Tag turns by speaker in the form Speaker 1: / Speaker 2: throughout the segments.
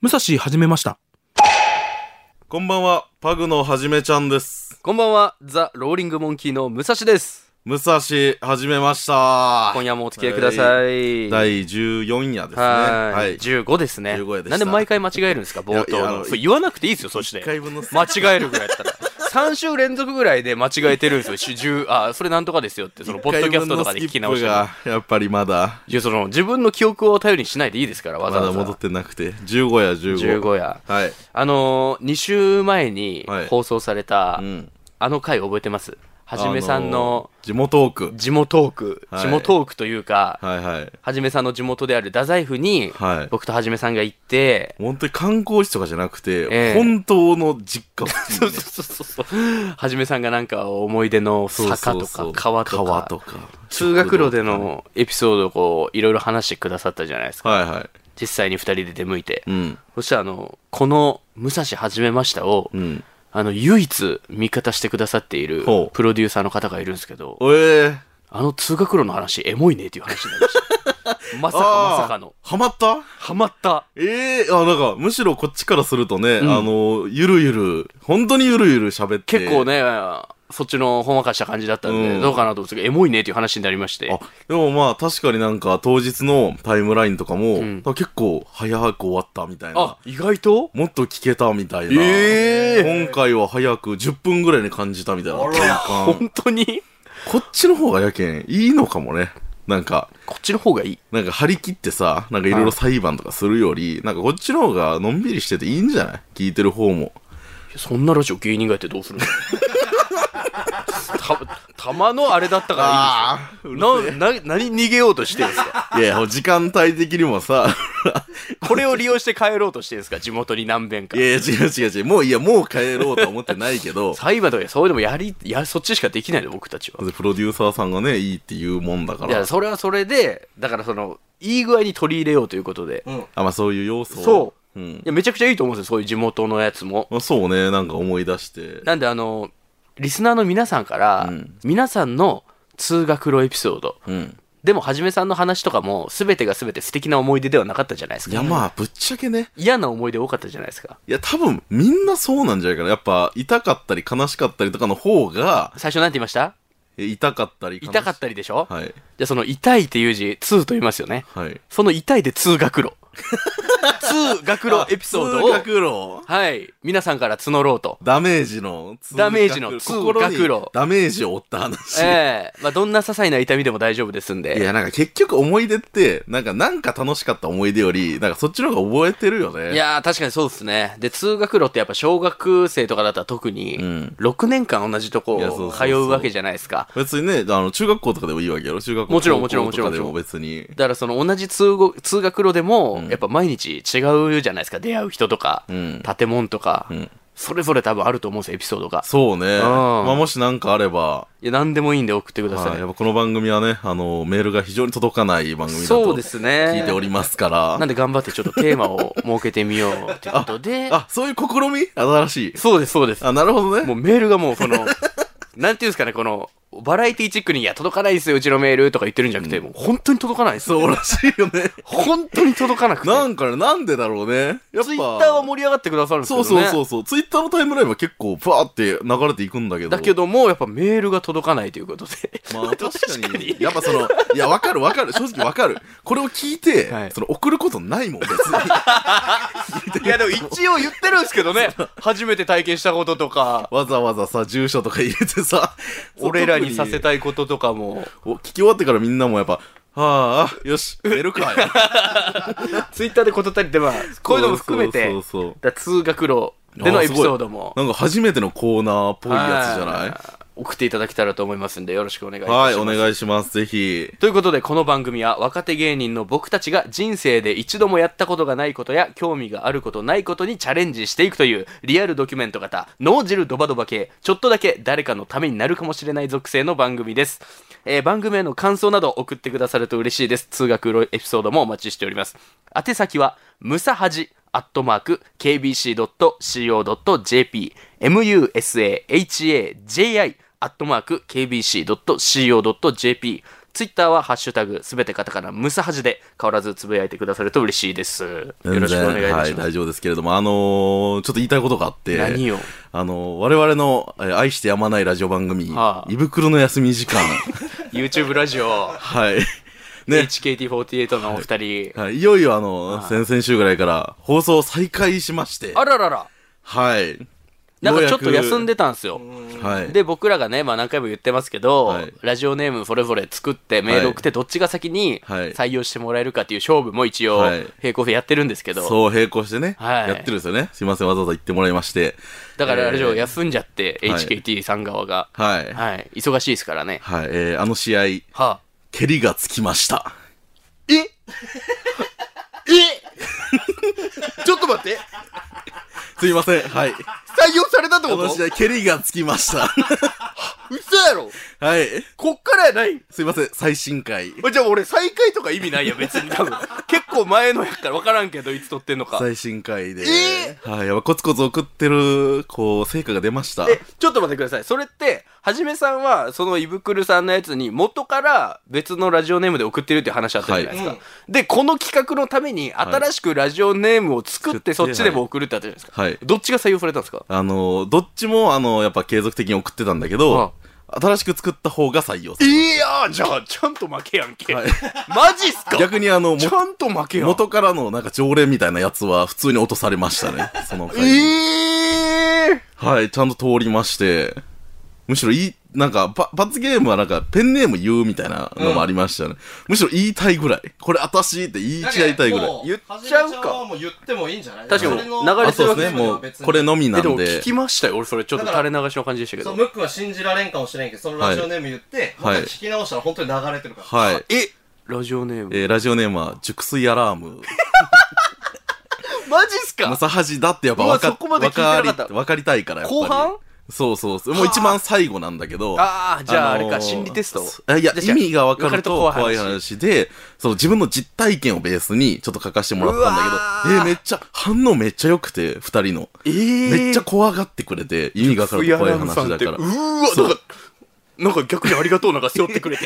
Speaker 1: 武蔵始めました
Speaker 2: こんばんは、パグのはじめちゃんです。
Speaker 3: こんばんは、ザ・ローリング・モンキーの武蔵です。
Speaker 2: 武蔵、はじめました。
Speaker 3: 今夜もお付き合いください。
Speaker 2: 第14夜ですね。
Speaker 3: はい、
Speaker 2: はい。
Speaker 3: 15ですね。
Speaker 2: 15でした
Speaker 3: なんで毎回間違えるんですか、冒
Speaker 2: い
Speaker 3: 頭
Speaker 2: やいやあ
Speaker 3: の。
Speaker 2: の
Speaker 3: それ言わなくていいですよ、そし
Speaker 2: 一
Speaker 3: て。
Speaker 2: 回分の
Speaker 3: 間違えるぐらいだったら。3週連続ぐらいで間違えてるんですよし。10あ、それなんとかですよって、その、ポッドキャストとかで聞き直し
Speaker 2: 一
Speaker 3: て
Speaker 2: 回分
Speaker 3: も
Speaker 2: の。スキップがやっぱりまだ、
Speaker 3: いや、その、自分の記憶を頼りにしないでいいですから、わ
Speaker 2: ま
Speaker 3: ざわ
Speaker 2: だ
Speaker 3: ざ。
Speaker 2: 戻ってなくて、15や15。
Speaker 3: 15や。
Speaker 2: はい。
Speaker 3: あのー、2週前に
Speaker 2: はい
Speaker 3: 放送された、
Speaker 2: うん。
Speaker 3: あの回覚えてますはじめさん
Speaker 2: あ
Speaker 3: の
Speaker 2: ー地元奥。
Speaker 3: 地元トーク、
Speaker 2: はい
Speaker 3: 地元トークというか、
Speaker 2: はいはい。
Speaker 3: はじめさんの地元である太宰府に、
Speaker 2: はい
Speaker 3: 僕とはじめさんが行って、
Speaker 2: 本当に観光地とかじゃなくて、
Speaker 3: ええ
Speaker 2: 本当の実家付近
Speaker 3: そう
Speaker 2: ね
Speaker 3: そうそうそう。はじめさんがなんか思い出の
Speaker 2: そう
Speaker 3: 坂
Speaker 2: そう
Speaker 3: と
Speaker 2: そ
Speaker 3: か
Speaker 2: う
Speaker 3: 川とか
Speaker 2: 川とか
Speaker 3: 通学路でのエピソードをこういろいろ話してくださったじゃないですか。
Speaker 2: はいはい
Speaker 3: 実際に二人で出向いて。
Speaker 2: うん
Speaker 3: そしたらあの、この武蔵はじめましたを、
Speaker 2: うん
Speaker 3: あの、唯一味方してくださっている
Speaker 2: ほう
Speaker 3: プロデューサーの方がいるんですけど、
Speaker 2: おえー、
Speaker 3: あの通学路の話、エモいねっていう話になりま した。まさかまさかの。
Speaker 2: あーハマった
Speaker 3: ハマった。
Speaker 2: ええあ、なんか、むしろこっちからするとね、
Speaker 3: ん
Speaker 2: あの、ゆるゆる、本当にゆるゆる喋って。
Speaker 3: 結構。ね、そっちのほんわかした感じだったんで、
Speaker 2: うん
Speaker 3: どうかなと思ってエモいねっていう話になりまして
Speaker 2: あ、でもまあ、確かになんか、当日のタイムラインとかも、
Speaker 3: ん
Speaker 2: なんか結構早く終わったみたいな
Speaker 3: あ。意外と
Speaker 2: もっと聞けたみたいな。
Speaker 3: え
Speaker 2: 今回は早く10分ぐらいに感じたみたいな体感。
Speaker 3: 本当に
Speaker 2: こっちの方がやけん、いいのかもね。なんか、
Speaker 3: こっちの方がいい
Speaker 2: なんか張り切ってさ、なんかいろいろ裁判とかするより、なんかこっちの方がのんびりしてていいんじゃない聞いてる方も。
Speaker 3: そんなラジオ芸人がやってどうするのた玉のあれだったか
Speaker 2: ああ
Speaker 3: らいいですよなな何逃げようとしてるんですか
Speaker 2: いや、時間帯的にもさ、
Speaker 3: これを利用して帰ろうとしてるんですか地元に何遍か、
Speaker 2: いやいや違う違う違う。もういいや、もう帰ろうとは思ってないけど
Speaker 3: 裁判とかそういうのもやりやそっちしかできないの僕たちは
Speaker 2: プロデューサーさんがね、いいって言うもんだか
Speaker 3: いや
Speaker 2: ら、
Speaker 3: それはそれでだからそのいい具合に取り入れようということで、い
Speaker 2: あ、まあそういう要素を
Speaker 3: そう
Speaker 2: うん。
Speaker 3: やめちゃくちゃいいと思うんですよそういう地元のやつも
Speaker 2: まあ、そうね、なんか思い出して。
Speaker 3: なんであのリスナーの皆さんから、
Speaker 2: うん
Speaker 3: 皆さんの通学路エピソード
Speaker 2: うん。
Speaker 3: でもはじめさんの話とかも全てが全て素敵な思い出ではなかったじゃないです
Speaker 2: いや、
Speaker 3: か
Speaker 2: まあ、ぶっちゃけね。
Speaker 3: 嫌な思い出多かったじゃないですか
Speaker 2: いや、多分、みんなそうなんじゃないかな。やっぱ、痛かったり悲しかったりとかの方が、
Speaker 3: 最初なんて言いました
Speaker 2: え痛かったり悲し
Speaker 3: 痛かったりでしょ、
Speaker 2: はい。
Speaker 3: じゃあその痛いっていう字痛と言いますよね
Speaker 2: はい。
Speaker 3: その痛いで通 学路通学路エピソード
Speaker 2: 通
Speaker 3: を
Speaker 2: 学路。
Speaker 3: はい皆さんから募ろうと
Speaker 2: ダメージの通学路、
Speaker 3: ダメージの通学路
Speaker 2: 心にダメージを負った話。
Speaker 3: ええまあどんな些細な痛みでも大丈夫ですん
Speaker 2: い
Speaker 3: で
Speaker 2: や、なんか結局思い出って、なんか、なんか楽しかった思い出より、なんかそっちの方が覚えてるよね。
Speaker 3: い、やー確かにそうですねで通学路ってやっぱ小学生とかだったら特に
Speaker 2: ん
Speaker 3: 6年間同じとこ
Speaker 2: いやそうそう
Speaker 3: を
Speaker 2: そ
Speaker 3: 通
Speaker 2: う
Speaker 3: うわけじゃないですか
Speaker 2: 別にね、あの、中学校とかでもいいわけやろ中学校
Speaker 3: もちろんもちろん
Speaker 2: 高校とかでも
Speaker 3: も
Speaker 2: 別に。
Speaker 3: だからその同じ通ご通学路でも
Speaker 2: ん
Speaker 3: やっぱ毎日違うじゃないですか出会う人とか、
Speaker 2: うん
Speaker 3: 建物とか、
Speaker 2: ん
Speaker 3: それぞれ多分あると思うんですよエピソードが
Speaker 2: そうね。
Speaker 3: ん
Speaker 2: まあ、もしなんかあれば、
Speaker 3: いや何でもいいんで送ってください、
Speaker 2: はい、やっぱこの番組はね、あの、メールが非常に届かない番組だと
Speaker 3: そうですね
Speaker 2: 聞いておりますから。
Speaker 3: なんで頑張ってちょっとテーマを設けてみようということで
Speaker 2: あ、そういう試み新しい。
Speaker 3: そうですそうです
Speaker 2: あ、なるほどね。
Speaker 3: もうメールがもうこの なんていうんですかねこのバラエティチックに「いや届かないですようちのメール」とか言ってるんじゃなくて、もう本当に届かないです
Speaker 2: そうらしいよね。
Speaker 3: 本当に届かなくて
Speaker 2: なんかね、なんでだろうね。やっぱ。
Speaker 3: ツイッターは盛り上がってくださるんですけ
Speaker 2: そ
Speaker 3: ど
Speaker 2: う
Speaker 3: ね
Speaker 2: そうそうそう。ツイッターのタイムラインは結構、バーって流れていくんだけど。
Speaker 3: だけどもやっぱメールが届かないということで
Speaker 2: まあ確かに、やっぱその、いや、わかるわかる、正直わかる。これを聞いて、
Speaker 3: はい
Speaker 2: その送ることないもん、別 に。
Speaker 3: いやでも一応言ってるんですけどね初めて体験したこととか
Speaker 2: わざわざさ、住所とか入れてさ、
Speaker 3: 俺らにさせ
Speaker 2: た。
Speaker 3: たいこととかも
Speaker 2: お聞き終わってからみんなもやっぱ、はあ、よし、メールかい。
Speaker 3: ツイッターでことたりでまあ こういうのも含めて
Speaker 2: そうそうそう
Speaker 3: だから通学路でのエピソードも
Speaker 2: なんか初めてのコーナーっぽいやつじゃ
Speaker 3: は
Speaker 2: ない
Speaker 3: 送っていただけたらと思いますんでよろしくお願いいたします
Speaker 2: はい、お願いします、ぜひ。
Speaker 3: ということでこの番組は若手芸人の僕たちが人生で一度もやったことがないことや興味があることないことにチャレンジしていくというリアルドキュメント型脳汁ドバドバ系ちょっとだけ誰かのためになるかもしれない属性の番組です、えー番組への感想など送ってくださると嬉しいです通学路エピソードもお待ちしております宛先はムサハジアットマーク KBC.CO.JP musahaji アットマーク KBC.CO.JP ツイッターはハッシュタグすべてカタカナムサハジで変わらずつぶやいてくださると嬉しいですよろしくお願いいたしま
Speaker 2: は
Speaker 3: す、
Speaker 2: い、大丈夫ですけれども、あのーちょっと言いたいことがあって、
Speaker 3: 何よ
Speaker 2: あのー我々のえー愛してやまないラジオ番組、
Speaker 3: はあ
Speaker 2: 胃袋の休み時 間、
Speaker 3: YouTube ラジオ、
Speaker 2: はい。ね、
Speaker 3: HKT48 のお二人、
Speaker 2: はい、いよいよあの、先々週ぐらいから放送再開しまして、
Speaker 3: あららら
Speaker 2: はい。
Speaker 3: なんかちょっと休ん
Speaker 2: で、
Speaker 3: でたんですよ
Speaker 2: はい。
Speaker 3: で僕らがね、まあ、何回も言ってますけど、
Speaker 2: はい
Speaker 3: ラジオネームそれぞれ作ってメール送ってどっちが先に
Speaker 2: はい
Speaker 3: 採用してもらえるかっていう勝負も一応
Speaker 2: はい
Speaker 3: 並行でやってるんですけど、
Speaker 2: そう並行してね、
Speaker 3: はい
Speaker 2: やってるんですよね。すいません、わざわざ言ってもらいまして。
Speaker 3: だからあれ以上
Speaker 2: えー
Speaker 3: 休んじゃって、
Speaker 2: はい
Speaker 3: HKT さん側が、
Speaker 2: はい。はい、
Speaker 3: はい、忙しいですからね。
Speaker 2: えーあの試合、
Speaker 3: はあ、
Speaker 2: 蹴りがつきました。
Speaker 3: え えちょっと待って
Speaker 2: すいません、 はい。
Speaker 3: 採用されたって
Speaker 2: あの試合、蹴りがつきま した。
Speaker 3: 嘘やろ
Speaker 2: はい。
Speaker 3: こっからやない
Speaker 2: すいません、最新 回。
Speaker 3: じゃあ俺最下位とか意味ないや別に多分 結構前のやから分からんけどいつ撮ってんのか
Speaker 2: 最新回で。
Speaker 3: え
Speaker 2: はい。やっぱコツコツ送ってる、こう、成果が出ました。
Speaker 3: えちょっと待ってくださいそれってはじめさんはそのいぶくるさんのやつに元から別のラジオネームで送ってるっていう話あったじゃないですか、
Speaker 1: はい
Speaker 3: でこの企画のために新しくラジオネームを作って
Speaker 2: 作っ
Speaker 3: そ
Speaker 2: て
Speaker 3: っちでも送るってあったじゃないですか、
Speaker 2: はい。
Speaker 3: どっちが採用されたんですか
Speaker 2: あの、どっちも、あの、やっぱ継続的に送ってたんだけど、新しく作った方が採用され
Speaker 3: いやーじゃあちゃんと負けやんけ、
Speaker 2: はい
Speaker 3: マジっすか
Speaker 2: た逆にあの、も
Speaker 3: ちゃんと負けやん
Speaker 2: 元からのなんか常連みたいなやつは普通に落とされました ね。その回
Speaker 3: えー、
Speaker 2: はい、ちゃんと通りまして、むしろいい、なんか、ば罰ゲームはなんか、ペンネーム言うみたいなのもありましたね。むしろ言いたいぐらい。これ私って言い違いたいぐらい。
Speaker 3: 言っちゃうか
Speaker 1: はじめちんはもう言ってもいいんじゃない
Speaker 3: 確かに
Speaker 1: それの
Speaker 3: 流
Speaker 2: あ、
Speaker 3: れて
Speaker 2: そ
Speaker 3: る
Speaker 2: う
Speaker 3: わ
Speaker 2: で
Speaker 3: け
Speaker 2: すね。も
Speaker 1: は
Speaker 2: う
Speaker 1: 別、に
Speaker 2: これのみな
Speaker 3: えで
Speaker 2: ん
Speaker 3: も
Speaker 2: で。
Speaker 3: 聞きましたよ俺それちょっと
Speaker 1: だから
Speaker 3: 垂れ流しの感じでしたけ
Speaker 1: そう
Speaker 3: ど
Speaker 1: ムックは信じられんかもしれんけどそのラジオネーム言って、
Speaker 2: はい
Speaker 1: もう一回聞き直したら本当に流れてるから、
Speaker 2: はい。
Speaker 3: えラジオネーム
Speaker 2: えーラジオネームは、熟睡アラーム。
Speaker 3: マジっす
Speaker 2: ム
Speaker 3: か
Speaker 2: サハジだってやっぱ
Speaker 3: うわ
Speaker 2: わか
Speaker 3: そこまで聞いてなかった
Speaker 2: わかりわかりたいからやっぱり。
Speaker 3: 後半
Speaker 2: そうそうそう。もう一番最後なんだけど。
Speaker 3: あーじゃああれ
Speaker 2: の
Speaker 3: か心理テスト
Speaker 2: あいや、
Speaker 3: じ
Speaker 2: 意
Speaker 3: ゃあ
Speaker 2: 味が分かると
Speaker 3: 分かる
Speaker 2: 怖
Speaker 3: と怖
Speaker 2: い
Speaker 3: い話
Speaker 2: 話で、その自分の実体験をベースにちょっと書かせてもらったんだけ
Speaker 3: う
Speaker 2: ど、
Speaker 3: わ
Speaker 2: え
Speaker 3: ー
Speaker 2: ーめっちゃ、反応めっちゃ良くて、二人の。
Speaker 3: えー
Speaker 2: めっちゃ怖がってくれて、意味が分かると怖い話だから
Speaker 3: う。ーわなんかなんか逆にありがとうなんか背負って くれて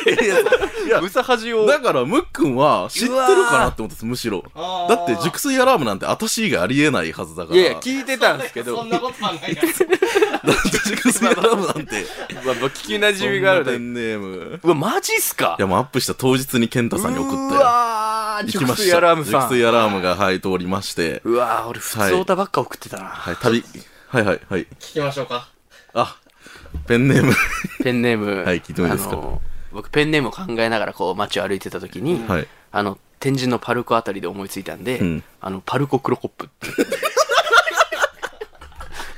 Speaker 3: ムサハジを
Speaker 2: だから、むっくんは知ってるかなって思ってたむしろ。
Speaker 1: あ
Speaker 2: だ
Speaker 1: ー
Speaker 2: って、熟睡アラームなんて私以外ありえないはずだか
Speaker 3: い
Speaker 2: ら。
Speaker 3: やいや聞いてたんですけど
Speaker 1: そんなことはない
Speaker 2: だって熟睡アラームなん て。
Speaker 3: まあまあ聞きなじみがある
Speaker 2: そんなペ
Speaker 3: ね
Speaker 2: ンネーム。
Speaker 3: うわマジっすか
Speaker 2: いや、もうアップした当日に健太さんに送った
Speaker 3: う
Speaker 2: よ。
Speaker 3: わー
Speaker 2: 行きま
Speaker 3: 熟
Speaker 2: し
Speaker 3: 睡
Speaker 2: た。
Speaker 3: アラームさ
Speaker 2: 熟睡
Speaker 3: ん
Speaker 2: アラームが、はい、通りまして。
Speaker 3: うわー俺普通オタばっか送ってたな
Speaker 2: はい、旅、はいはいはい。
Speaker 1: 聞きましょうか
Speaker 2: あ、ペンネーム。
Speaker 3: ペンネーム
Speaker 2: はい聞いてもいいですか
Speaker 3: あの僕ペンネームを考えながらこう街を歩いてた時に
Speaker 2: はい。
Speaker 3: あの天神のパルコあたりで思いついたんで、
Speaker 2: うん
Speaker 3: あのパルコクロコップ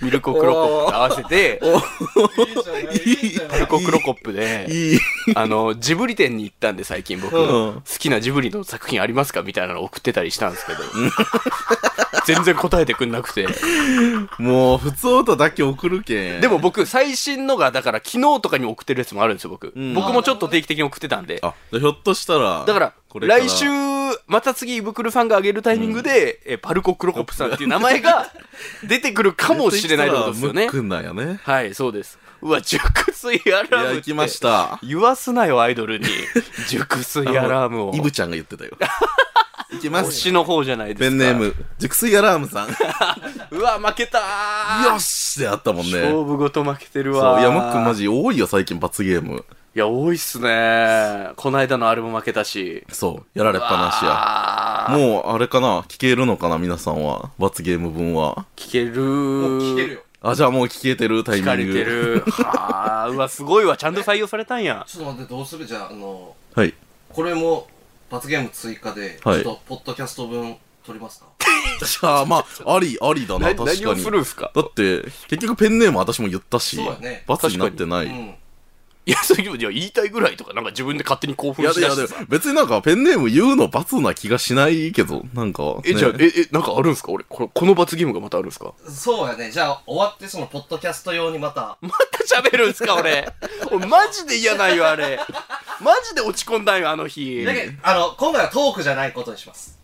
Speaker 3: ミルコクロコップと合わせて
Speaker 1: いいじゃないいいじゃな
Speaker 3: パ
Speaker 1: い
Speaker 3: ルコクロコップで
Speaker 2: いい。
Speaker 3: あのジブリ店に行ったんで最近僕、
Speaker 1: うん
Speaker 3: 好きなジブリの作品ありますかみたいなの送ってたりしたんですけど全然答えてくんなくて
Speaker 2: もう、普通音だけ送るけん。
Speaker 3: で、も僕最新のがだから昨日とかに送ってるやつもあるんですよ僕、
Speaker 2: うん
Speaker 3: 僕もちょっと定期的に送ってたんで
Speaker 2: あ、じゃあひょっとしたら、
Speaker 3: だから
Speaker 2: これから
Speaker 3: 来週また次イブクルさんが上げるタイミングで、えパルコ・クロコップさんっていう名前が出てくるかもしれないってことですよ
Speaker 2: む
Speaker 3: ね
Speaker 2: っくんなんや ね。
Speaker 3: はいそうですうわ熟睡ア
Speaker 2: い
Speaker 3: ラーム
Speaker 2: や、
Speaker 3: って
Speaker 2: 行きました。
Speaker 3: 言わすなよアイド ルに熟睡アラームを
Speaker 2: イブちゃんが言って たよ。行きま
Speaker 3: 推
Speaker 2: す。
Speaker 3: しの方じゃないです
Speaker 2: ペ
Speaker 3: か
Speaker 2: ンネーム、熟睡アラーム さん。
Speaker 3: うわ負けたー
Speaker 2: よしってあったもんね。
Speaker 3: 勝負ごと負けてる
Speaker 2: そ
Speaker 3: わー
Speaker 2: う、いや、むっくんマ
Speaker 3: い
Speaker 2: ジ多いよ、最近罰ゲーム。
Speaker 3: や多いっすねーこの間のあれも負けたし
Speaker 2: そう、やられっぱなしや。
Speaker 3: やもう
Speaker 2: もう、あれかな聞けるのかな皆さんは。罰ゲーム分は。
Speaker 3: 聞ける
Speaker 1: もう
Speaker 3: ー
Speaker 1: 聞けるよ
Speaker 2: あ、じゃあもう聞けてるタイ
Speaker 3: 聞か
Speaker 2: ミ
Speaker 3: れ
Speaker 2: ング。
Speaker 3: てる。はあ、うわ、すごいわ。ちゃんと採用されたんや。
Speaker 1: ちょっと待ってどうするじゃああの
Speaker 2: はい。
Speaker 1: これも罰ゲーム追加で、
Speaker 2: はい
Speaker 1: ちょっとポッドキャスト分取りますか
Speaker 2: じゃあ、まあ、あり、ありだな、
Speaker 3: な
Speaker 2: 確
Speaker 3: 何
Speaker 2: か
Speaker 3: を
Speaker 2: に
Speaker 3: す。るんすか
Speaker 2: だって、結局ペンネーム私も言ったし
Speaker 1: そうやね、
Speaker 2: 罰になってな
Speaker 1: う
Speaker 2: い。い
Speaker 1: ん
Speaker 3: いや、それでもじゃあ言いたいぐらいとか、なんか自分で勝手に興奮
Speaker 2: や、
Speaker 3: し
Speaker 2: い
Speaker 3: だ
Speaker 2: や、
Speaker 3: し
Speaker 2: で
Speaker 3: て
Speaker 2: も
Speaker 3: さ。
Speaker 2: 別になんかペンネーム言うの罰な気がしないけど、なんか。
Speaker 3: え、
Speaker 2: ね
Speaker 3: じゃあ、え、え、なんかあるんすか俺、ここの罰ゲームがまたあるんすか
Speaker 1: そうやねじゃあ終わってそのポッドキャスト用にまた
Speaker 3: また喋るんすか俺。俺、マジで嫌なんよ、あれ。マジで落ち込んだんよ、あの日。
Speaker 1: だけどあの今回はトークじゃないことにします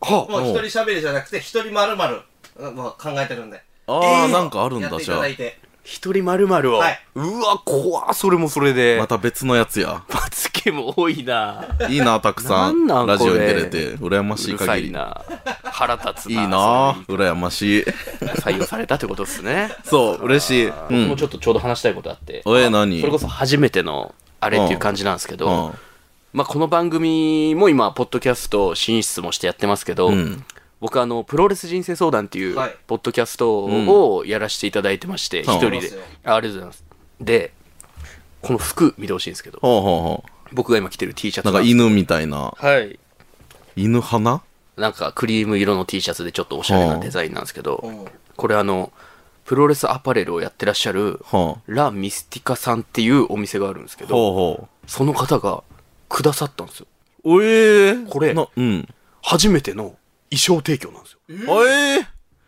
Speaker 3: は
Speaker 1: もう一人喋りじゃなくて一人まるまる考えてるんで
Speaker 2: あー、
Speaker 3: えー
Speaker 2: なんかあるん
Speaker 1: やっ
Speaker 2: だ、
Speaker 1: てい
Speaker 2: じ
Speaker 1: た
Speaker 2: ゃあ
Speaker 1: だ。いて
Speaker 3: 一人まるまるを、
Speaker 1: はいう
Speaker 3: わ怖それもそれで
Speaker 2: また別のやつや。
Speaker 3: 罰ゲーム多いない
Speaker 2: いな、たくさん。
Speaker 3: なんな
Speaker 2: ラ
Speaker 3: ん
Speaker 2: ジオに出れ
Speaker 3: これ
Speaker 2: て、羨ま
Speaker 3: う
Speaker 2: しい
Speaker 3: るさ
Speaker 2: 限り。
Speaker 3: いな腹立つ
Speaker 2: いい
Speaker 3: ない
Speaker 2: な羨ましい。
Speaker 3: それ採用されたってことですね
Speaker 2: そう、嬉しい。う
Speaker 3: 僕も
Speaker 2: ん
Speaker 3: ち。ょっとちょうど話したいことあって、
Speaker 2: おえ何
Speaker 3: それこそ初めてのあれっていう感じなんですけど、まあ、この番組も今ポッドキャスト進出もしてやってますけど、
Speaker 2: うんうん。
Speaker 3: 僕あのプロレス人生相談っていう
Speaker 1: はい
Speaker 3: ポッドキャストをやらせていただいてまして
Speaker 2: ん
Speaker 3: 一、人
Speaker 1: あり
Speaker 3: で
Speaker 1: ますよ
Speaker 3: あありがとうございますでこの服見てほしいんですけど
Speaker 2: ほうほうほ
Speaker 3: 僕が今着てる T シャ
Speaker 2: う。な
Speaker 3: ツ
Speaker 2: んか犬みたいな。
Speaker 3: はい
Speaker 2: 犬花
Speaker 3: なんかクリーム色の T シャツでちょっとおしゃれなデザインなんですけど
Speaker 1: うん
Speaker 3: これあのプロレスアパレルをやってらっしゃる
Speaker 2: ほう。
Speaker 3: ラ・ミスティカさんっていうお店があるんですけど
Speaker 2: ほうほ
Speaker 3: その方がくださったんですよ
Speaker 2: う。おえー。
Speaker 3: これ
Speaker 2: なうん。
Speaker 3: 初めての衣装提供なんですよ
Speaker 2: おえー。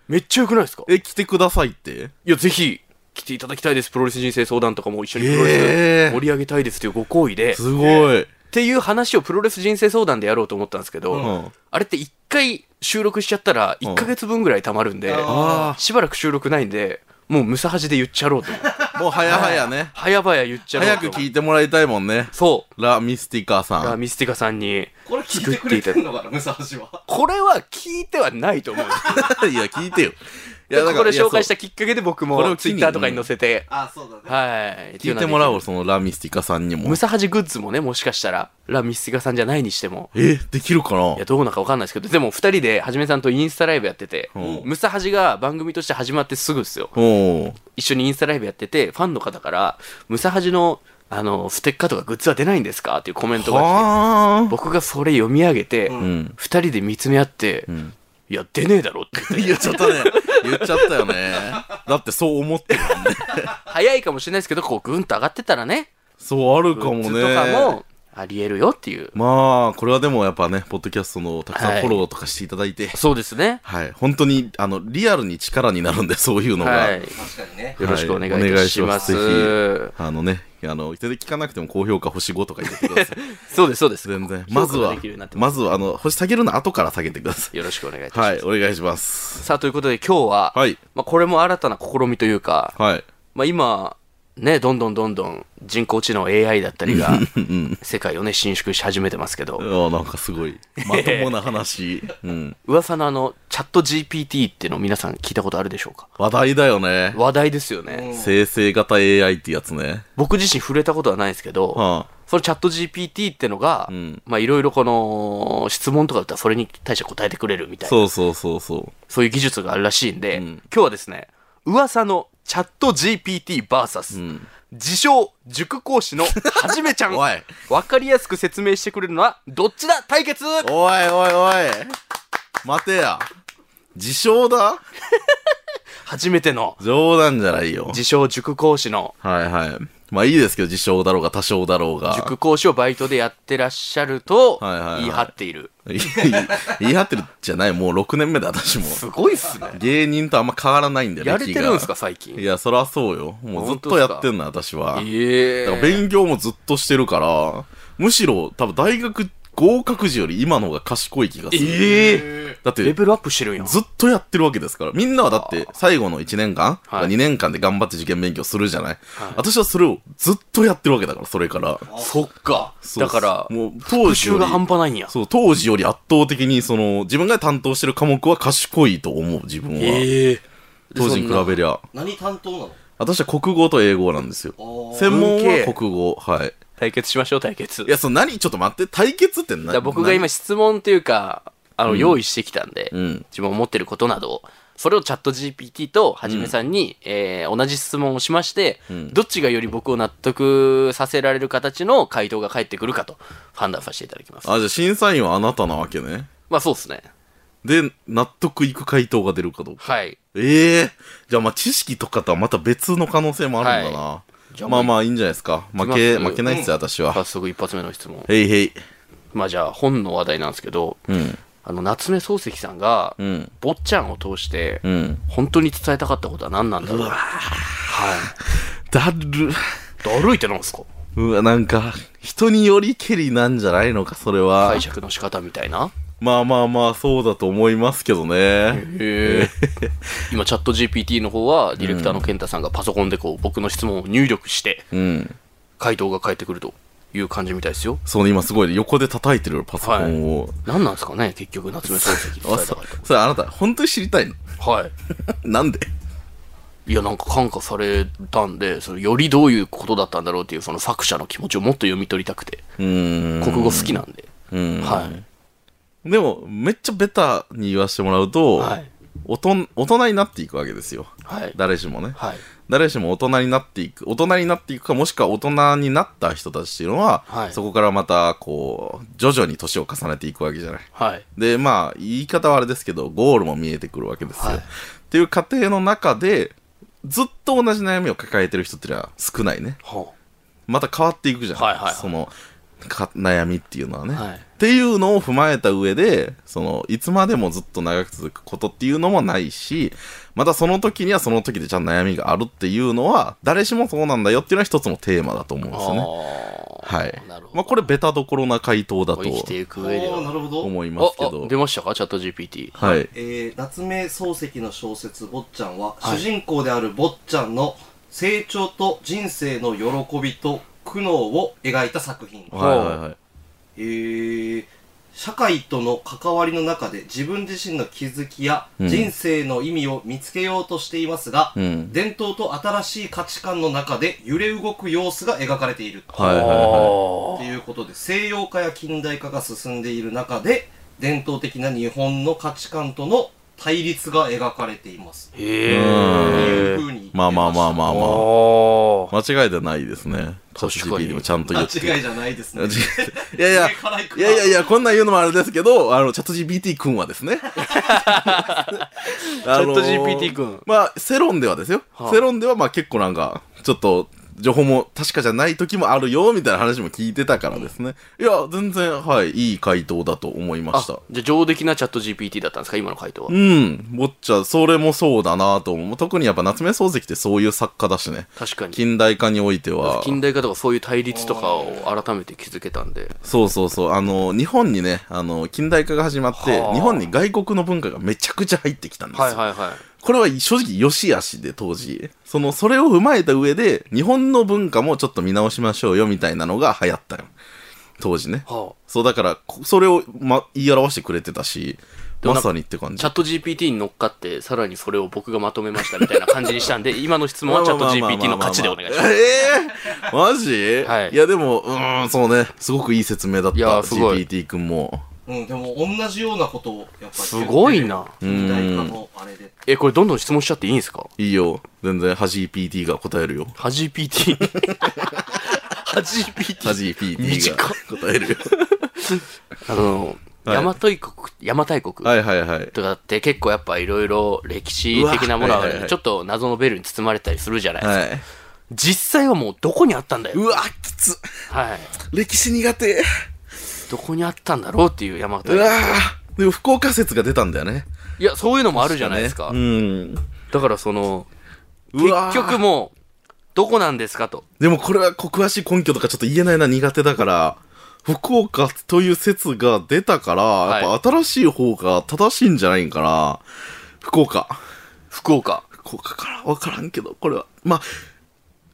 Speaker 3: めっちゃ良くないですか
Speaker 2: え、来てくださいって
Speaker 3: いや、ぜひ来ていただきたいです。プロレス人生相談とかも一緒にプロ
Speaker 2: え
Speaker 3: レ
Speaker 2: ー
Speaker 3: ス盛り上げたいですというご好意で、っ
Speaker 2: すごい。
Speaker 3: ていう話をプロレス人生相談でやろうと思ったんですけど、
Speaker 2: うん。
Speaker 3: あれって一回収録しちゃったら
Speaker 2: うん
Speaker 3: 1ヶ月分ぐらい溜まるんで、
Speaker 1: あ
Speaker 3: しばらく収録ないんで、もうムサハジで言っちゃろう と思って。
Speaker 2: もう早々ね。
Speaker 3: 早々言っちゃろう
Speaker 2: 早
Speaker 3: と
Speaker 2: く
Speaker 3: 思って
Speaker 2: 聞いてもらいたいもんね。
Speaker 3: そう。
Speaker 2: ラ・ミスティカ
Speaker 3: だか
Speaker 2: さ
Speaker 3: ら
Speaker 2: ん。
Speaker 3: ミスティカさんに、
Speaker 1: これ聞いてくれてるのかな武蔵は
Speaker 3: これは聞いてはないと思う。
Speaker 2: いや、聞いてよ。い
Speaker 3: で
Speaker 2: や、
Speaker 3: こ
Speaker 2: だ
Speaker 3: こ
Speaker 2: から
Speaker 3: で紹介し
Speaker 2: い
Speaker 3: たきっかけで僕
Speaker 2: これを
Speaker 3: も
Speaker 2: 機
Speaker 3: ツイ
Speaker 2: に
Speaker 3: ッターとかに載せて、
Speaker 1: あそうだね
Speaker 3: はい。
Speaker 2: やそう聞いてもらお
Speaker 3: う
Speaker 2: う、そのラ・ミスティカさんにも
Speaker 3: ム。サハジグッズもね、もしかしたら、ラ・ミスティカさんじゃないにしても、
Speaker 2: え、できるかない
Speaker 3: や、どうなのかわかんないですけど、でも二人で、はじめさんとインスタライブやってて、
Speaker 2: うん
Speaker 3: ムサハジが番組として始まってすぐですよ。
Speaker 2: おう
Speaker 3: 一緒にインスタライブやってて、ファンの方から、ムサハジの、あの、ステッカーとかグッズは出ないんですかっていうコメントが来て、
Speaker 2: はあ。
Speaker 3: 僕がそれ読み上げて、
Speaker 1: う
Speaker 2: うんん。
Speaker 3: 二人で見つめ合って、
Speaker 2: ん
Speaker 3: いや、出ねえだろって言って
Speaker 2: 言っちゃったね。言っちゃったよね。だってそう思ってるもんね。
Speaker 3: 早いかもしれないですけど、こう、ぐんと上がってたらね、
Speaker 2: そう、ある
Speaker 3: グ
Speaker 2: かも
Speaker 3: ッ
Speaker 2: ね。
Speaker 3: ズとかも、ありえるよっていう。
Speaker 2: まあ、これはでもやっぱね、ポッドキャストのたくさ
Speaker 3: は
Speaker 2: ん
Speaker 3: い
Speaker 2: フォローとかしていただいて、
Speaker 3: そうですね。
Speaker 2: はい、本当に、あの、リアルに力になるんで、そういうのが。
Speaker 3: はい。
Speaker 1: 確かにね
Speaker 3: よろしくお願いいたします。
Speaker 2: はいお願いしますぜひあのね、あの、全然聞かなくても高評価星5とか入れてください。
Speaker 3: そうです、そうです。
Speaker 2: 全然。
Speaker 3: 評
Speaker 2: ま
Speaker 3: 価
Speaker 2: ず
Speaker 3: が
Speaker 2: は
Speaker 3: できるようになっ、てま
Speaker 2: まずは、あの、星下げるの後から下げてください。
Speaker 3: よろしくお願いいたします。
Speaker 2: はい、お願いします。
Speaker 3: さあ、ということで今日は、
Speaker 2: はい、
Speaker 3: まあ、これも新たな試みというか、
Speaker 2: はい。
Speaker 3: まあ、今、ね、どんどんどんどん人工知能 AI だったりが、世界をね、伸縮し始めてますけど、
Speaker 2: あなんかす ごい、まともな話。うん。
Speaker 3: 噂のあの、チャット GPT っていうの皆さん聞いたことあるでしょうか
Speaker 2: 話題だよね。
Speaker 3: 話題ですよね。
Speaker 2: 生成型 AI ってやつね。
Speaker 3: 僕自身触れたことはないですけど、
Speaker 2: は
Speaker 3: そのチャット GPT ってのが、
Speaker 2: ん
Speaker 3: まあいろいろこの質問とかだったらそれに対して答えてくれるみた
Speaker 2: あ、
Speaker 3: いな、
Speaker 2: そうそうそうそう。
Speaker 3: そういう技術があるらしいんで、今日はですね、噂のチャット GPTVS、
Speaker 2: ん
Speaker 3: 自称塾講師のはじめちゃん。
Speaker 2: おい
Speaker 3: わかりやすく説明してくれるのはどっちだ対決
Speaker 2: おいおいおい待てや自称だ
Speaker 3: 初めての
Speaker 2: 冗談じゃないよ
Speaker 3: 自称塾講師の
Speaker 2: はいはいまあいいですけど自称だろうが多少だろうが
Speaker 3: 塾講師をバイトでやってらっしゃると
Speaker 2: はいはいはい
Speaker 3: 言い張っている。
Speaker 2: い 言い張ってるじゃないもう6年目だ私も
Speaker 3: すごいっすね。
Speaker 2: 芸人とあんま変わらないんだよ
Speaker 3: やれてるんすか
Speaker 2: 歴
Speaker 3: 最
Speaker 2: が
Speaker 3: 近。
Speaker 2: い
Speaker 3: え
Speaker 2: やそらそうよもうずっとやってんの私は、
Speaker 3: え
Speaker 2: だから勉強もずっとしてるからむしろ多分大学合格時より今の方が賢い気がする、
Speaker 3: ええ
Speaker 2: だって
Speaker 3: レベルアップしてるんや。
Speaker 2: ずっとやってるわけですから。みんなはだって、最後の1年間、
Speaker 3: はい
Speaker 2: 2年間で頑張って受験勉強するじゃない,、私はそれをずっとやってるわけだから、それから。
Speaker 3: そっか。
Speaker 2: そう
Speaker 3: だから、
Speaker 2: もう当
Speaker 3: 復
Speaker 2: 時より
Speaker 3: 習が、半端ないんや。
Speaker 2: そう、当時より圧倒的に、その、自分が担当してる科目は賢いと思う、自分は。
Speaker 3: ええ
Speaker 2: 当時に比べりゃ。
Speaker 1: 何担当なの
Speaker 2: 私は国語と英語なんですよ。
Speaker 1: おー
Speaker 2: 専門
Speaker 3: 文系
Speaker 2: は国語、はい。
Speaker 3: 対決しましょう対決。
Speaker 2: いや、その何ちょっと待って、対決って
Speaker 3: だ
Speaker 2: 何
Speaker 3: から僕が今、質問というかあの、用意してきたんで、
Speaker 2: うん
Speaker 3: 自分思ってることなどをそれをチャット GPT とはじめさんに、えー同じ質問をしまして、どっちがより僕を納得させられる形の回答が返ってくるかと判断させていただきます
Speaker 2: 何あ、じゃあ審査員はあなたなわけね。
Speaker 3: まあそうですね
Speaker 2: で、納得いく回答が出るかどうか。
Speaker 3: はい
Speaker 2: ええじゃあまあ知識とかとはまた別の可能性もあるんだな。
Speaker 3: じゃあ
Speaker 2: まあまあいいんじゃないですか。負け、
Speaker 3: いきます
Speaker 2: 負けないっすよ、私は。
Speaker 3: 早速一発目の質問
Speaker 2: へいへい。
Speaker 3: まあじゃあ本の話題なんですけど、
Speaker 2: うん。
Speaker 3: あの夏目漱石さんが、
Speaker 2: うん。
Speaker 3: 坊っちゃんを通して、
Speaker 2: うん。
Speaker 3: 本当に伝えたかったことは何なんだろうはい
Speaker 2: だる。
Speaker 3: だるいってなんですか
Speaker 2: うわ、なんか、人によりけりなんじゃないのか、それは。
Speaker 3: 解釈の仕方みたいな
Speaker 2: まあまあまあ、そうだと思いますけどね。
Speaker 3: へえ 今チャット GPT の方はディレクターの健太さんがパソコンでこう僕の質問を入力して
Speaker 2: うん。
Speaker 3: 回答が返ってくるという感じみたいですよ
Speaker 2: そうね、今すごい横で叩いてるパソコンを。
Speaker 3: 何なんですかね結局夏目 漱石
Speaker 2: あ
Speaker 3: 伝えた
Speaker 2: そ
Speaker 3: かっ
Speaker 2: それあなた、本当に知りたいの
Speaker 3: たはい
Speaker 2: なんで
Speaker 3: いやなんか感化されたんでそれよりどういうことだったんだろうっていうその作者の気持ちをもっと読み取りたくて
Speaker 2: うーん。
Speaker 3: 国語好きなんで、
Speaker 2: うん。
Speaker 3: はい
Speaker 2: でも、めっちゃベタに言わせてもらうと、
Speaker 3: はい
Speaker 2: おとん大人になっていくわけですよ。
Speaker 3: はい
Speaker 2: 誰しもね。
Speaker 3: はい
Speaker 2: 誰しも大人になっていく大人になっていくかもしくは大人になった人たちっていうのは、
Speaker 3: はい
Speaker 2: そこからまたこう徐々に年を重ねていくわけじゃない
Speaker 3: はい
Speaker 2: でまあ言い方はあれですけどゴールも見えてくるわけですよ、
Speaker 3: はい
Speaker 2: っていう過程の中でずっと同じ悩みを抱えてる人っていうのは少ないね
Speaker 3: は
Speaker 2: また変わっていくじゃん、
Speaker 3: はいはいはい
Speaker 2: そのか悩みっていうのはね、
Speaker 3: はい
Speaker 2: っていうのを踏まえた上でそのいつまでもずっと長く続くことっていうのもないしまたその時にはその時でじゃあ悩みがあるっていうのは誰しもそうなんだよっていうのは一つのテーマだと思うんですよね
Speaker 3: あー
Speaker 2: はい
Speaker 3: なるほど、
Speaker 2: まあ、これベタどころな回答だと
Speaker 3: 生きていく
Speaker 1: お
Speaker 3: 上で
Speaker 1: ーな
Speaker 3: は
Speaker 1: るほど。
Speaker 2: 思いますけ
Speaker 3: ああ
Speaker 2: ど
Speaker 3: 出ましたかチャット GPT
Speaker 2: はい
Speaker 1: えー夏目漱石の小説「坊っちゃんは」
Speaker 3: はい
Speaker 1: 主人公である坊っちゃんの成長と人生の喜びと苦悩を描いた作品、
Speaker 2: はいはいはい
Speaker 1: えー社会との関わりの中で自分自身の気づきや
Speaker 2: うん
Speaker 1: 人生の意味を見つけようとしていますが、
Speaker 2: うん
Speaker 1: 伝統と新しい価値観の中で揺れ動く様子が描かれている
Speaker 2: はいはいは
Speaker 1: ということで西洋化や近代化が進んでいる中で伝統的な日本の価値観との対立が描かれています。
Speaker 3: へえ
Speaker 1: というふうに言って
Speaker 2: いまあまあまあま
Speaker 1: あ
Speaker 2: あ
Speaker 3: あ
Speaker 2: まあ
Speaker 3: ー
Speaker 2: 間違いではないですね。チャッ
Speaker 3: 確
Speaker 2: ト
Speaker 3: か
Speaker 2: GPT
Speaker 3: に
Speaker 2: でもちゃんと
Speaker 1: 間
Speaker 2: 言って。
Speaker 1: 違いじゃないですね。
Speaker 2: いやいや、
Speaker 1: 上から行く
Speaker 2: い
Speaker 1: な
Speaker 2: やいやいや、こんなん言うのもあれですけど、あの、チャット GPT 君は ですね。チ
Speaker 3: チャット GPT 君
Speaker 2: まあ、世論ではですよ。
Speaker 3: はあ
Speaker 2: 世論では、まあ結構なんか、ちょっと、情報も確かじゃない時もあるよ、みたいな話も聞いてたからですね。いや、全然、はい、いい回答だと思いま
Speaker 3: あ
Speaker 2: した。
Speaker 3: じゃあ上出来なチャット GPT だったんですか今の回答は
Speaker 2: うん、ぼっちゃん、それもそうだなと思う。特にやっぱ夏目漱石ってそういう作家だしね。
Speaker 3: 確かに
Speaker 2: 近代化においては。
Speaker 3: 近代化とかそういう対立とかを改めて気づけたんで
Speaker 2: そうそうそう。あの、日本にね、あの、近代化が始まって、
Speaker 3: はあ
Speaker 2: 日本に外国の文化がめちゃくちゃ入ってきたんですよ。
Speaker 3: はいはいは
Speaker 2: これは正直良し悪しで当時。その、それを踏まえた上で、日本の文化もちょっと見直しましょうよみたいなのが流行ったよ。当時ね
Speaker 3: い。は
Speaker 2: そう、だから、こそれを、ま、言い表してくれてたし、
Speaker 3: で
Speaker 2: ま
Speaker 3: もなんか
Speaker 2: さにって感
Speaker 3: あ
Speaker 2: じ。
Speaker 3: チャット GPT に乗っかってさらにそれを僕がまとめましたみたいな感じにしたんで 今の質問はチャット GPT の勝ちでお願いします
Speaker 2: ええー マジ、
Speaker 3: はい
Speaker 2: や、でも、うーん、そうね。すごくいい説明だった。
Speaker 3: いやーすごい
Speaker 2: GPT 君も。
Speaker 1: うん、でも同じようなことをやっぱり言ってる
Speaker 3: すごいな
Speaker 1: 近代化のあれで。
Speaker 3: えこれどんどん質問しちゃっていいんですか
Speaker 2: いいよ。全然、はじ PT が答えるよ。
Speaker 3: はじ PT はじ PT
Speaker 2: タジー PT
Speaker 3: 短
Speaker 2: が
Speaker 3: っ
Speaker 2: 答える。
Speaker 3: あの
Speaker 2: はい
Speaker 3: 邪馬台国邪馬台国
Speaker 2: はいはいはい。
Speaker 3: とかって結構やっぱいろいろ歴史的なもの
Speaker 2: うわはいはい
Speaker 3: は
Speaker 2: はい
Speaker 3: ちょっと謎のベルに包まれたりするじゃないですか、
Speaker 2: はい。
Speaker 3: 実際はもうどこにあったんだよ、
Speaker 2: うわ、きつ。
Speaker 3: はい、
Speaker 2: 歴史苦手。
Speaker 3: どこにあったんだろうっていう山形
Speaker 2: うわでも、福岡説が出たんだよね。
Speaker 3: いやそういうのもあるじゃないですか、
Speaker 2: うん。
Speaker 3: だからその
Speaker 2: うわ
Speaker 3: 結局もうどこなんですかと
Speaker 2: でもこれはこう詳しい根拠とかちょっと言えないな、苦手だから。福岡という説が出たから、
Speaker 3: い
Speaker 2: やっぱ新しい方が正しいんじゃないんかな。福岡。
Speaker 3: 福岡
Speaker 2: 福岡から分からんけど、これは。まあ、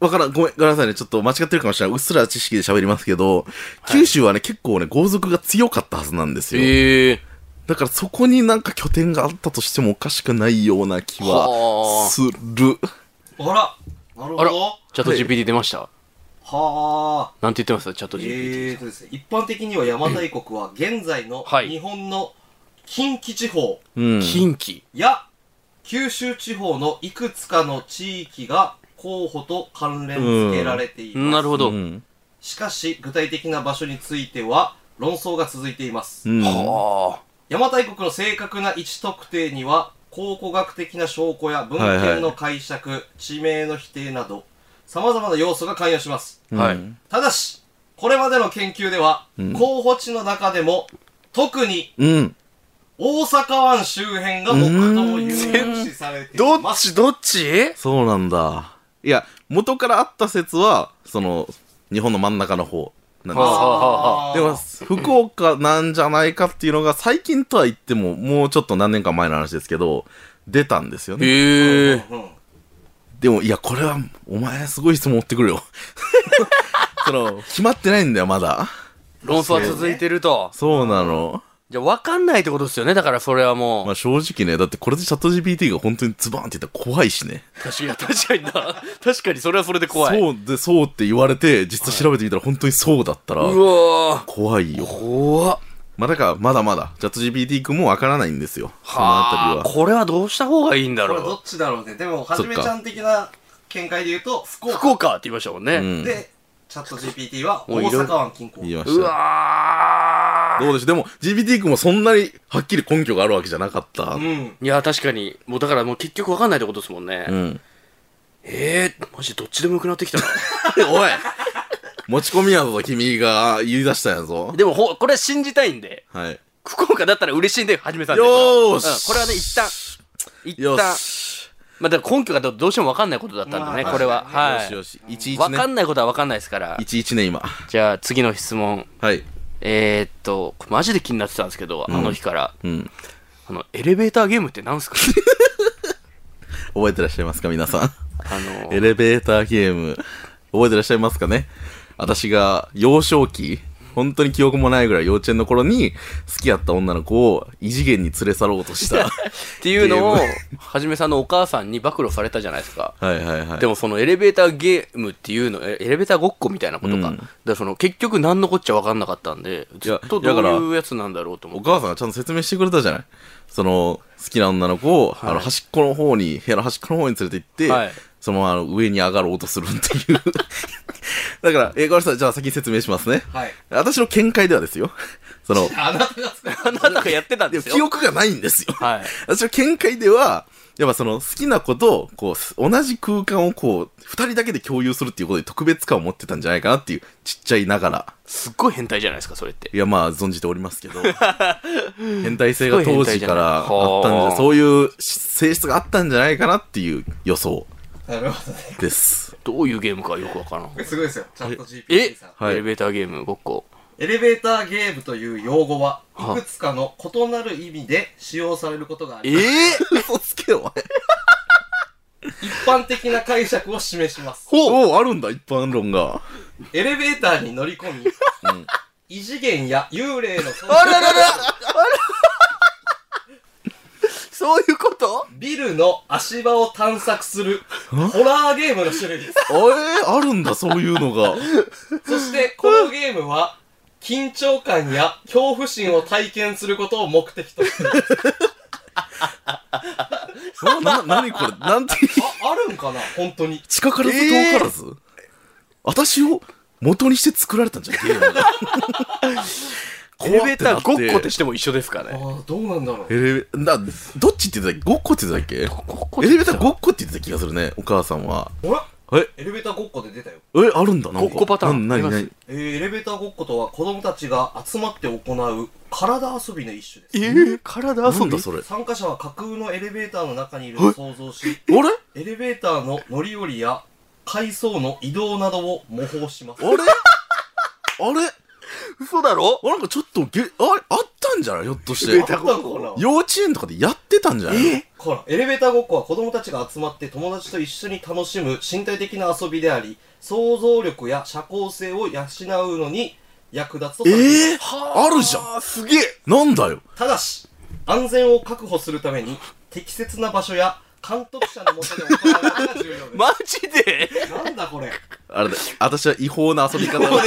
Speaker 2: 分からん。ごめん、ごめんなさいね。ちょっと間違ってるかもしれない。うっすら知識で喋りますけど、九州はね、結構ね、豪族が強かったはずなんですよ。
Speaker 3: ええ
Speaker 2: だからそこになんか拠点があったとしてもおかしくないような気
Speaker 3: は
Speaker 2: は
Speaker 3: あ
Speaker 2: する。
Speaker 1: あらなるほ
Speaker 3: あら
Speaker 1: ど
Speaker 3: チャット GPT 出ました、
Speaker 1: はあ。
Speaker 3: なんて言ってますチャット GPT、
Speaker 1: えーとですね、一般的には邪馬台国は現在の
Speaker 3: はい
Speaker 1: 日本の近畿地方
Speaker 2: うん。
Speaker 3: 近畿
Speaker 1: や九州地方のいくつかの地域が候補と関連付けられています。
Speaker 3: なるほど、
Speaker 2: うん。
Speaker 1: しかし、具体的な場所については論争が続いています。
Speaker 2: うん
Speaker 3: は
Speaker 1: 邪馬台国の正確な位置特定には考古学的な証拠や文献の解釈、地名の否定など様々な要素が関与します
Speaker 3: あはい、
Speaker 2: うん
Speaker 1: ただしこれまでの研究では、
Speaker 2: ん
Speaker 1: 候補地の中でも特に
Speaker 2: うん。
Speaker 1: 大阪湾周辺が最も有視されて
Speaker 3: ど
Speaker 1: い
Speaker 3: っ
Speaker 1: ます
Speaker 3: ちどっち
Speaker 2: そうなんだ。いや、元からあった説は、その、日本の真ん中の方。なん
Speaker 3: は
Speaker 2: で
Speaker 3: あ
Speaker 2: す
Speaker 3: は
Speaker 2: でも福岡なんじゃないかっていうのが最近とは言ってももうちょっと何年か前の話ですけど出たんですよね
Speaker 3: へえ。
Speaker 1: うん
Speaker 2: でもいやこれはお前すごい質問持ってく るよその決まってないんだよまだ
Speaker 3: 論争は続いてると。
Speaker 2: そうなの
Speaker 3: じゃあ分かんないってことですよね。だからそれはもう。
Speaker 2: まあ正直ねだってこれでチャット GPT が本当にズバーンって言ったら怖いしね
Speaker 3: 確かに、確かにな。確かにそれはそれで怖い。
Speaker 2: そうでそうって言われて実際調べてみたら本当にそうだったら
Speaker 3: うわー
Speaker 2: 怖いよ
Speaker 3: 怖っ。
Speaker 2: まあだからまだまだチャット GPT 君もわからないんですよそのあ
Speaker 3: は
Speaker 2: た
Speaker 3: あ、
Speaker 2: りは
Speaker 3: これはどうした方がいいんだ
Speaker 1: これど
Speaker 3: ろ
Speaker 1: っちだろうね。でも、はじめちゃん的な見解で言うと、福
Speaker 3: う。
Speaker 1: 岡
Speaker 3: 福岡って言いましたもんね。
Speaker 2: うん
Speaker 1: で、チャット GPT は
Speaker 3: も
Speaker 1: 大
Speaker 3: ういろいろ
Speaker 1: 阪湾近郊。
Speaker 2: 言いました
Speaker 3: うわー
Speaker 2: どうでしょうでも GPT 君もそんなにはっきり根拠があるわけじゃなかった。
Speaker 1: うん。
Speaker 3: いや、確かに。もうだからもう結局分かんないってことですもんね。
Speaker 2: うん。
Speaker 3: えー、マジどっちでもよくなってきたな。
Speaker 2: おい持ち込みやぞ、君が言い出したんやぞ。
Speaker 3: でもほ、これは信じたいんで。
Speaker 2: はい。
Speaker 3: 福岡だったら嬉しいんで、はじめさんで。
Speaker 2: よーし
Speaker 3: うんこれはね、一旦。一
Speaker 2: よ
Speaker 3: 旦。
Speaker 2: し。
Speaker 3: まあ、だから根拠がどどうしても分かんないことだったんでね、
Speaker 1: まあ
Speaker 3: これは。
Speaker 1: 確か
Speaker 2: よ
Speaker 3: は
Speaker 2: しよ
Speaker 3: い。
Speaker 2: し。11
Speaker 3: 分か
Speaker 2: ね。
Speaker 3: んないことは分かんないですから。
Speaker 2: 11ね、今。
Speaker 3: じゃあ、次の質問。
Speaker 2: はい。
Speaker 3: えー、っと、これマジで気になってたんですけど、あの日から。
Speaker 2: うん。
Speaker 3: あの、エレベーターゲームって なんすか
Speaker 2: 覚えてらっしゃいますか、皆さん。
Speaker 3: あの、
Speaker 2: エレベーターゲーム。覚えてらっしゃいますかね私が幼少期、本当に記憶もないぐらい幼稚園の頃に好きやった女の子を異次元に連れ去ろうと した。
Speaker 3: っていうのを
Speaker 2: ゲー、
Speaker 3: はじめさんのお母さんに暴露されたじゃないですか。
Speaker 2: はいはいはい。
Speaker 3: でもそのエレベーターゲームっていうの、えエレベーターごっこみたいなことか。
Speaker 2: うん
Speaker 3: だからその結局何のこっちゃ分かんなかったんで、ずっと
Speaker 2: いや
Speaker 3: ど
Speaker 2: だから
Speaker 3: ういうやつなんだろうと思
Speaker 2: お
Speaker 3: う。
Speaker 2: 母さんがちゃんと説明してくれたじゃないその好きな女の子を、
Speaker 3: い
Speaker 2: あの端っこの方に部屋の端っこの方に連れて行って、
Speaker 3: はい
Speaker 2: そのままあの上に上がろうとするっていう だからえこれさんじゃあ先に説明しますね
Speaker 1: はい。
Speaker 2: 私の見解ではですよその
Speaker 1: あなたが使う。
Speaker 3: あ なたがやってたん
Speaker 2: で
Speaker 3: で
Speaker 2: も
Speaker 3: す
Speaker 2: 記
Speaker 3: よ。
Speaker 2: 憶がないんですよ
Speaker 3: はい。
Speaker 2: 私の見解ではやっぱその好きな子とこう同じ空間をこう二人だけで共有するっていうことで特別感を持ってたんじゃないかなっていうちっちゃいながら
Speaker 3: すっごい変態じゃないですか、それって。
Speaker 2: いや、まあ、存じておりますけ ど、変態性が当時からあ
Speaker 3: すごい変態
Speaker 2: っ
Speaker 3: じゃない
Speaker 2: たん
Speaker 3: はあ
Speaker 2: じゃ、そういう性質があったんじゃないかなっていう予想
Speaker 1: なるほどね。
Speaker 2: です。
Speaker 3: どういうゲームかよく分からん
Speaker 1: こ。れすごいですよ。チャット GPT
Speaker 3: え
Speaker 1: さん。
Speaker 2: はい
Speaker 3: エレベーターゲームごっこ。
Speaker 1: エレベーターゲームという用語は、
Speaker 3: はい
Speaker 1: くつかの異なる意味で使用されることがあ
Speaker 3: え
Speaker 1: り、
Speaker 3: ー
Speaker 2: 嘘つけ、お前。
Speaker 1: 一般的な解釈を示します。
Speaker 2: ほうおあるんだ、一般論が。
Speaker 1: エレベーターに乗り込み、
Speaker 2: うん
Speaker 1: 異次元や幽霊の存
Speaker 3: あらら
Speaker 1: 在、
Speaker 3: らそういうこと
Speaker 1: ビルの足場を探索する、ホラーゲームの種類です。
Speaker 2: あれあるんだ、そういうの が。
Speaker 1: そして、このゲームは、緊張感や恐怖心を体験することを目的としている。
Speaker 2: な、な、なにこれ、なんて、
Speaker 1: あ、あるんかな本当に。
Speaker 2: 近からず遠からず、私を元にして作られたんじゃん、ゲームが。
Speaker 3: エレベーターごっこって
Speaker 2: し
Speaker 3: しても一緒ですかね
Speaker 1: ああ、どうなんだろ
Speaker 2: エ
Speaker 1: う。
Speaker 2: レベ、な、どっちって言ってたっけごっこって言ってたっ
Speaker 3: ごっ
Speaker 2: けエレベーターごっこって言ってた気がするね、お母さんは。
Speaker 1: ほら
Speaker 2: え
Speaker 1: エレベーターごっこで出たよ。
Speaker 2: え、あるんだ、なんか。
Speaker 3: ごっこパターン
Speaker 2: な、な
Speaker 3: あ
Speaker 2: にな
Speaker 3: ります
Speaker 2: に
Speaker 1: えーエレベーターごっことは子供たちが集まって行う体遊びの一種です。
Speaker 3: えー、体
Speaker 2: な
Speaker 3: 遊
Speaker 2: ん
Speaker 3: んだ
Speaker 2: だ
Speaker 3: そ
Speaker 2: それ。
Speaker 1: 参加者は架空のエレベーターの中にいると想像し、
Speaker 2: あ れあれ
Speaker 1: エレベーターの乗り降りや階層の移動などを模倣します。
Speaker 2: あれ
Speaker 3: 嘘だろ
Speaker 2: あなんかちょっとげ、あ、あったんじゃないひょっとし
Speaker 3: エレベー
Speaker 2: て
Speaker 3: タ。
Speaker 1: あったのかな
Speaker 2: 幼稚園とかでやってたんじゃない
Speaker 1: ほら、エレベーターごっこは子供たちが集まって友達と一緒に楽しむ身体的な遊びであり、想像力や社交性を養うのに役立つとされています
Speaker 2: ええあるじゃんすげえなんだよ
Speaker 1: ただし、安全を確保するために、適切な場所や監督者のもとで行われることが重 要で。
Speaker 3: マジです
Speaker 1: なんだこれ。
Speaker 2: あれだ、私 は違法な遊び方を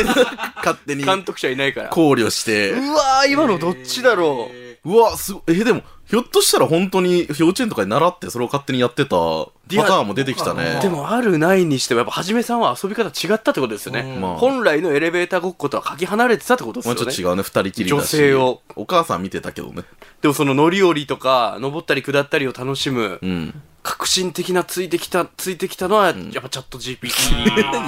Speaker 2: 勝手に
Speaker 3: 監督者いないから。
Speaker 2: 考慮して
Speaker 3: う。わー、今のどっちだろう
Speaker 1: え
Speaker 2: うわ、すごえ、でも、ひょっとしたら本当に幼稚園とかに習ってそれを勝手にやってたパターンも出てきた
Speaker 1: いや
Speaker 2: ね。
Speaker 3: でも、あるないにしても、やっぱ、はじめさんは遊び方違ったってことですよね。
Speaker 1: うん
Speaker 2: まあ
Speaker 3: 本来のエレベーターごっことはかけ離れてたってことです
Speaker 2: ま
Speaker 3: よ
Speaker 2: あ
Speaker 3: ね。
Speaker 2: ちょっと違うね、二人きりだし。
Speaker 3: 女性を。
Speaker 2: お母さん見てたけどね。
Speaker 3: でも、その乗り降りとか、登ったり下ったりを楽しむ、
Speaker 2: うん。
Speaker 3: 革新的なついてきた、ついてきたのは、やっぱチャット GPT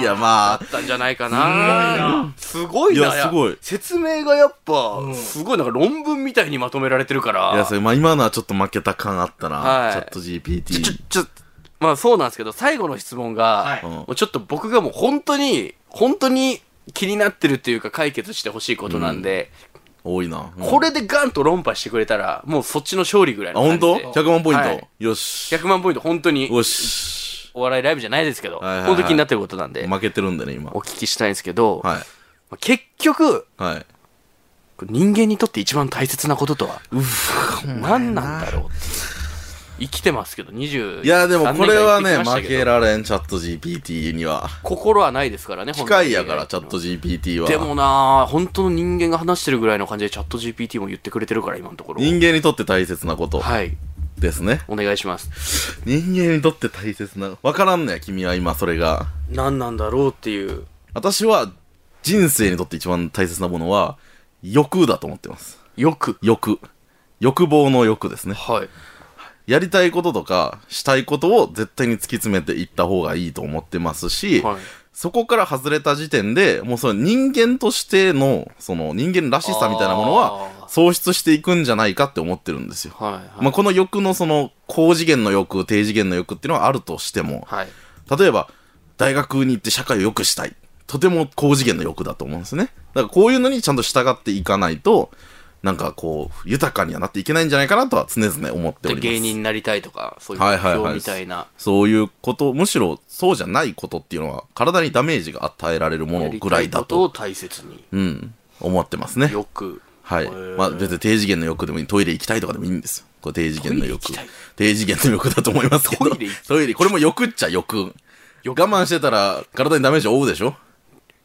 Speaker 2: いや、まあ
Speaker 3: だっ、たんじゃないかな。すごいな。
Speaker 2: いやすごい
Speaker 3: 説明がやっぱ
Speaker 1: う、ん
Speaker 3: すごい、なんか論文みたいにまとめられてるから。
Speaker 2: いや、それ、まあ今のはちょっと負けた感あったな。
Speaker 3: はい
Speaker 2: チャット
Speaker 3: ちょ、ちょ
Speaker 2: GPT。、
Speaker 3: ちょ、まあそうなんですけど、最後の質問が、
Speaker 1: はい
Speaker 2: うん
Speaker 3: もうちょっと僕がもう本当に、本当に気になってるっていうか解決してほしいことなんで、
Speaker 2: 多いな。うん
Speaker 3: これでガンと論破してくれたらもうそっちの勝利ぐらい
Speaker 2: あ、
Speaker 3: の
Speaker 2: 本
Speaker 3: 感じで
Speaker 2: 当100万ポイント。
Speaker 3: はい
Speaker 2: よし。
Speaker 3: 100万ポイント本当に
Speaker 2: よし。
Speaker 3: お笑いライブじゃないですけど、
Speaker 2: はいはいはい
Speaker 3: 本当に気になってることなんで、
Speaker 2: 負けてるんでね、今。
Speaker 3: お聞きしたいんですけど、
Speaker 2: は
Speaker 3: まあ結局
Speaker 2: い。はい。
Speaker 3: 人間にとって一番大切なこととは何なんだろうって生きてますけど20
Speaker 2: いや、でもこれはね、
Speaker 3: 三年
Speaker 2: 負
Speaker 3: 間生きてきました
Speaker 2: け
Speaker 3: ど
Speaker 2: られん、チャット GPT には。
Speaker 3: 心はないですからね
Speaker 2: 機
Speaker 3: 本当に
Speaker 2: 械やから、チャット GPT は。
Speaker 3: でもなあ本当の人間が話してるぐらいの感じでチャット GPT も言ってくれてるから今のところ
Speaker 2: 人間にとって大切なこと
Speaker 3: はい
Speaker 2: ですね。
Speaker 3: お願いします
Speaker 2: 人間にとって大切な。わからんね、君は今、それが。
Speaker 3: 何なんだろうっていう
Speaker 2: 私は、人生にとって一番大切なものは、欲だと思ってます。
Speaker 3: よく
Speaker 2: 欲。欲望の欲ですね。
Speaker 3: はい
Speaker 2: やりたいこととか、したいことを絶対に突き詰めていった方がいいと思ってますし、
Speaker 3: はい
Speaker 2: そこから外れた時点で、もうその人間としての、その人間らしさみたいなもの
Speaker 3: あ
Speaker 2: は、
Speaker 3: ー
Speaker 2: 喪失していくんじゃないかって思ってるんですよ。
Speaker 3: はい
Speaker 2: まあ、この欲のその、高次元の欲、低次元の欲っていうのはあるとしても、
Speaker 3: はい
Speaker 2: 例えば、大学に行って社会を良くしたい。とても高次元の欲だと思うんですね。だからこういうのにちゃんと従っていかないと、なんかこう、豊かにはなっていけないんじゃないかなとは常々思っており
Speaker 3: で
Speaker 2: ます。
Speaker 3: 芸人になりたいとかそういう
Speaker 2: はい
Speaker 3: 目
Speaker 2: はいは
Speaker 3: 標
Speaker 2: い
Speaker 3: みたいな
Speaker 2: そういうこと、むしろそうじゃないことっていうのは、体にダメージが与えられるもの
Speaker 3: やり
Speaker 2: ぐ
Speaker 3: た
Speaker 2: ら
Speaker 3: い
Speaker 2: いだ
Speaker 3: こと
Speaker 2: と、
Speaker 3: を大切に
Speaker 2: うん、思ってますね。
Speaker 3: よく
Speaker 2: はい。
Speaker 3: へー
Speaker 2: まあ別に低次元の欲でもいい、トイレ行きたいとかでもいいんですよ。これ低次元の
Speaker 3: ト
Speaker 2: 欲
Speaker 3: イレ行き。
Speaker 2: 低次元の欲だと思いますけど。
Speaker 3: トイレ行き
Speaker 2: トイレ、これも欲っちゃ欲。我慢してたら体にダメージを負うでしょ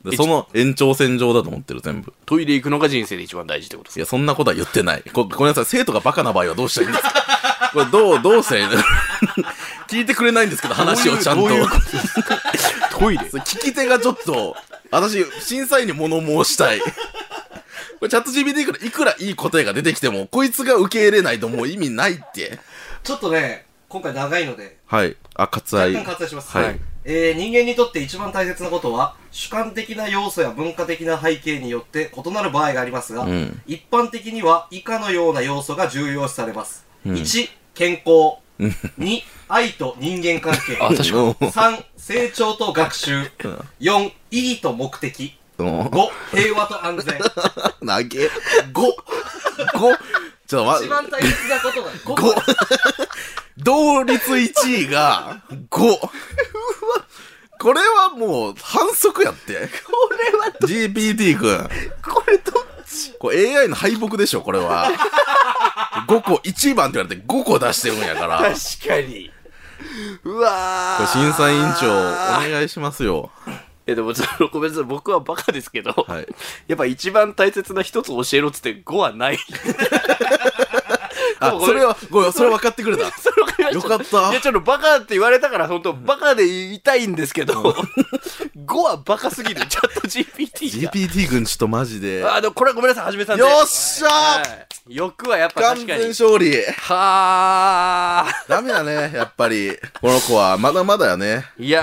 Speaker 2: で
Speaker 3: え
Speaker 2: その延長線上だと思ってる全部。
Speaker 3: トイレ行くのが人生で一番大事ってことです
Speaker 2: いや、そんなことは言ってない。こごめんなさい、生徒がバカな場合はどうしたらいいんですかこれどう、どうしたらいいの 聞いてくれないんですけど、話をちゃんと。
Speaker 3: どういうどういうことトイレ
Speaker 2: それ聞き手がちょっと、私、審査員に物申したい。これチャット GPT からいくらいい答えが出てきても、こいつが受け入れないともう意味ないって。
Speaker 1: ちょっとね、今回長いので、
Speaker 2: はい。あ、割
Speaker 1: 若
Speaker 2: 愛。
Speaker 1: 干 割愛します。
Speaker 2: はい。
Speaker 1: えー人間にとって一番大切なことは、主観的な要素や文化的な背景によって異なる場合がありますが、
Speaker 2: うん
Speaker 1: 一般的には以下のような要素が重要視されます。1、健康。2、愛と人間関係。
Speaker 3: あ確 かに
Speaker 1: 3、成長と学習。4、意義と目的。
Speaker 2: その
Speaker 1: 5、平和と安
Speaker 2: 投
Speaker 1: 全。
Speaker 2: げ、5。5。ちょっと
Speaker 1: 一
Speaker 2: ま、
Speaker 1: 番大切なことが5
Speaker 2: 同率1位が5。これはもう反則やって。
Speaker 3: これは
Speaker 2: GPT 君。
Speaker 3: これどっち
Speaker 2: これ AI の敗北でしょ、これは。5個、1番って言われて5個出してるんやから。
Speaker 3: 確かにうわ
Speaker 2: これ審査委員長お願いしますよ。
Speaker 3: えでもちょっ とごめんなさい僕はバカですけど、
Speaker 2: はい。
Speaker 3: やっぱ一番大切な一つ教えろっつって5はない
Speaker 2: あ、それは、ごめん、それ分かってくれた。
Speaker 3: それ分かりました
Speaker 2: よかった
Speaker 3: いやちょっとバカって言われたから本当バカで言いたいんですけど、5は バカすぎるチャット GPT が
Speaker 2: GPT 君ちょっとマジで。よ
Speaker 3: あでもこれはごめんなさいはじめさんで
Speaker 2: っしゃ
Speaker 3: はい、欲はやっぱ
Speaker 2: 完
Speaker 3: 確か
Speaker 2: 全
Speaker 3: に
Speaker 2: 勝利
Speaker 3: はあ
Speaker 2: ダメだね、やっぱり。この子は、まだまだやね。
Speaker 3: いや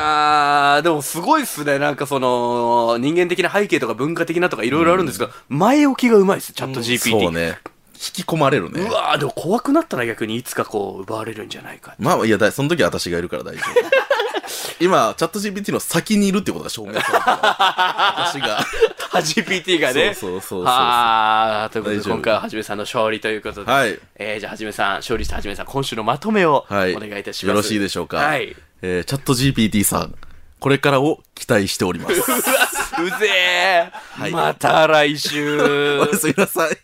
Speaker 3: ー、でもすごいっすね。なんかその、人間的な背景とか文化的なとかいろいろあるんですけど、前置きがうまいっす、チャット GPT。
Speaker 2: そうね。引き込まれる
Speaker 3: う
Speaker 2: ね。
Speaker 3: わー、でも怖くなったな、逆にいつかこう、奪われるんじ ゃないか。
Speaker 2: まあ、いや、だその時は私がいるから大丈夫。 今、チャット GPT の先にいるってことが証明されたから。私が。
Speaker 3: は GPT がね。
Speaker 2: そうそうそうそう
Speaker 3: はあ、ということで
Speaker 2: 大丈夫
Speaker 3: 今回ははじめさんの勝利ということで。
Speaker 2: はい
Speaker 3: えー、じゃあはじめさん、勝利したはじめさん、今週のまとめをお
Speaker 2: は
Speaker 3: 願い
Speaker 2: い。
Speaker 3: いたします。
Speaker 2: よろし いでしょうか。
Speaker 3: はい。
Speaker 2: えーチャット GPT さん、これからを期待して おります。
Speaker 3: うわうぜー、また来 週。
Speaker 2: おやすみなさい。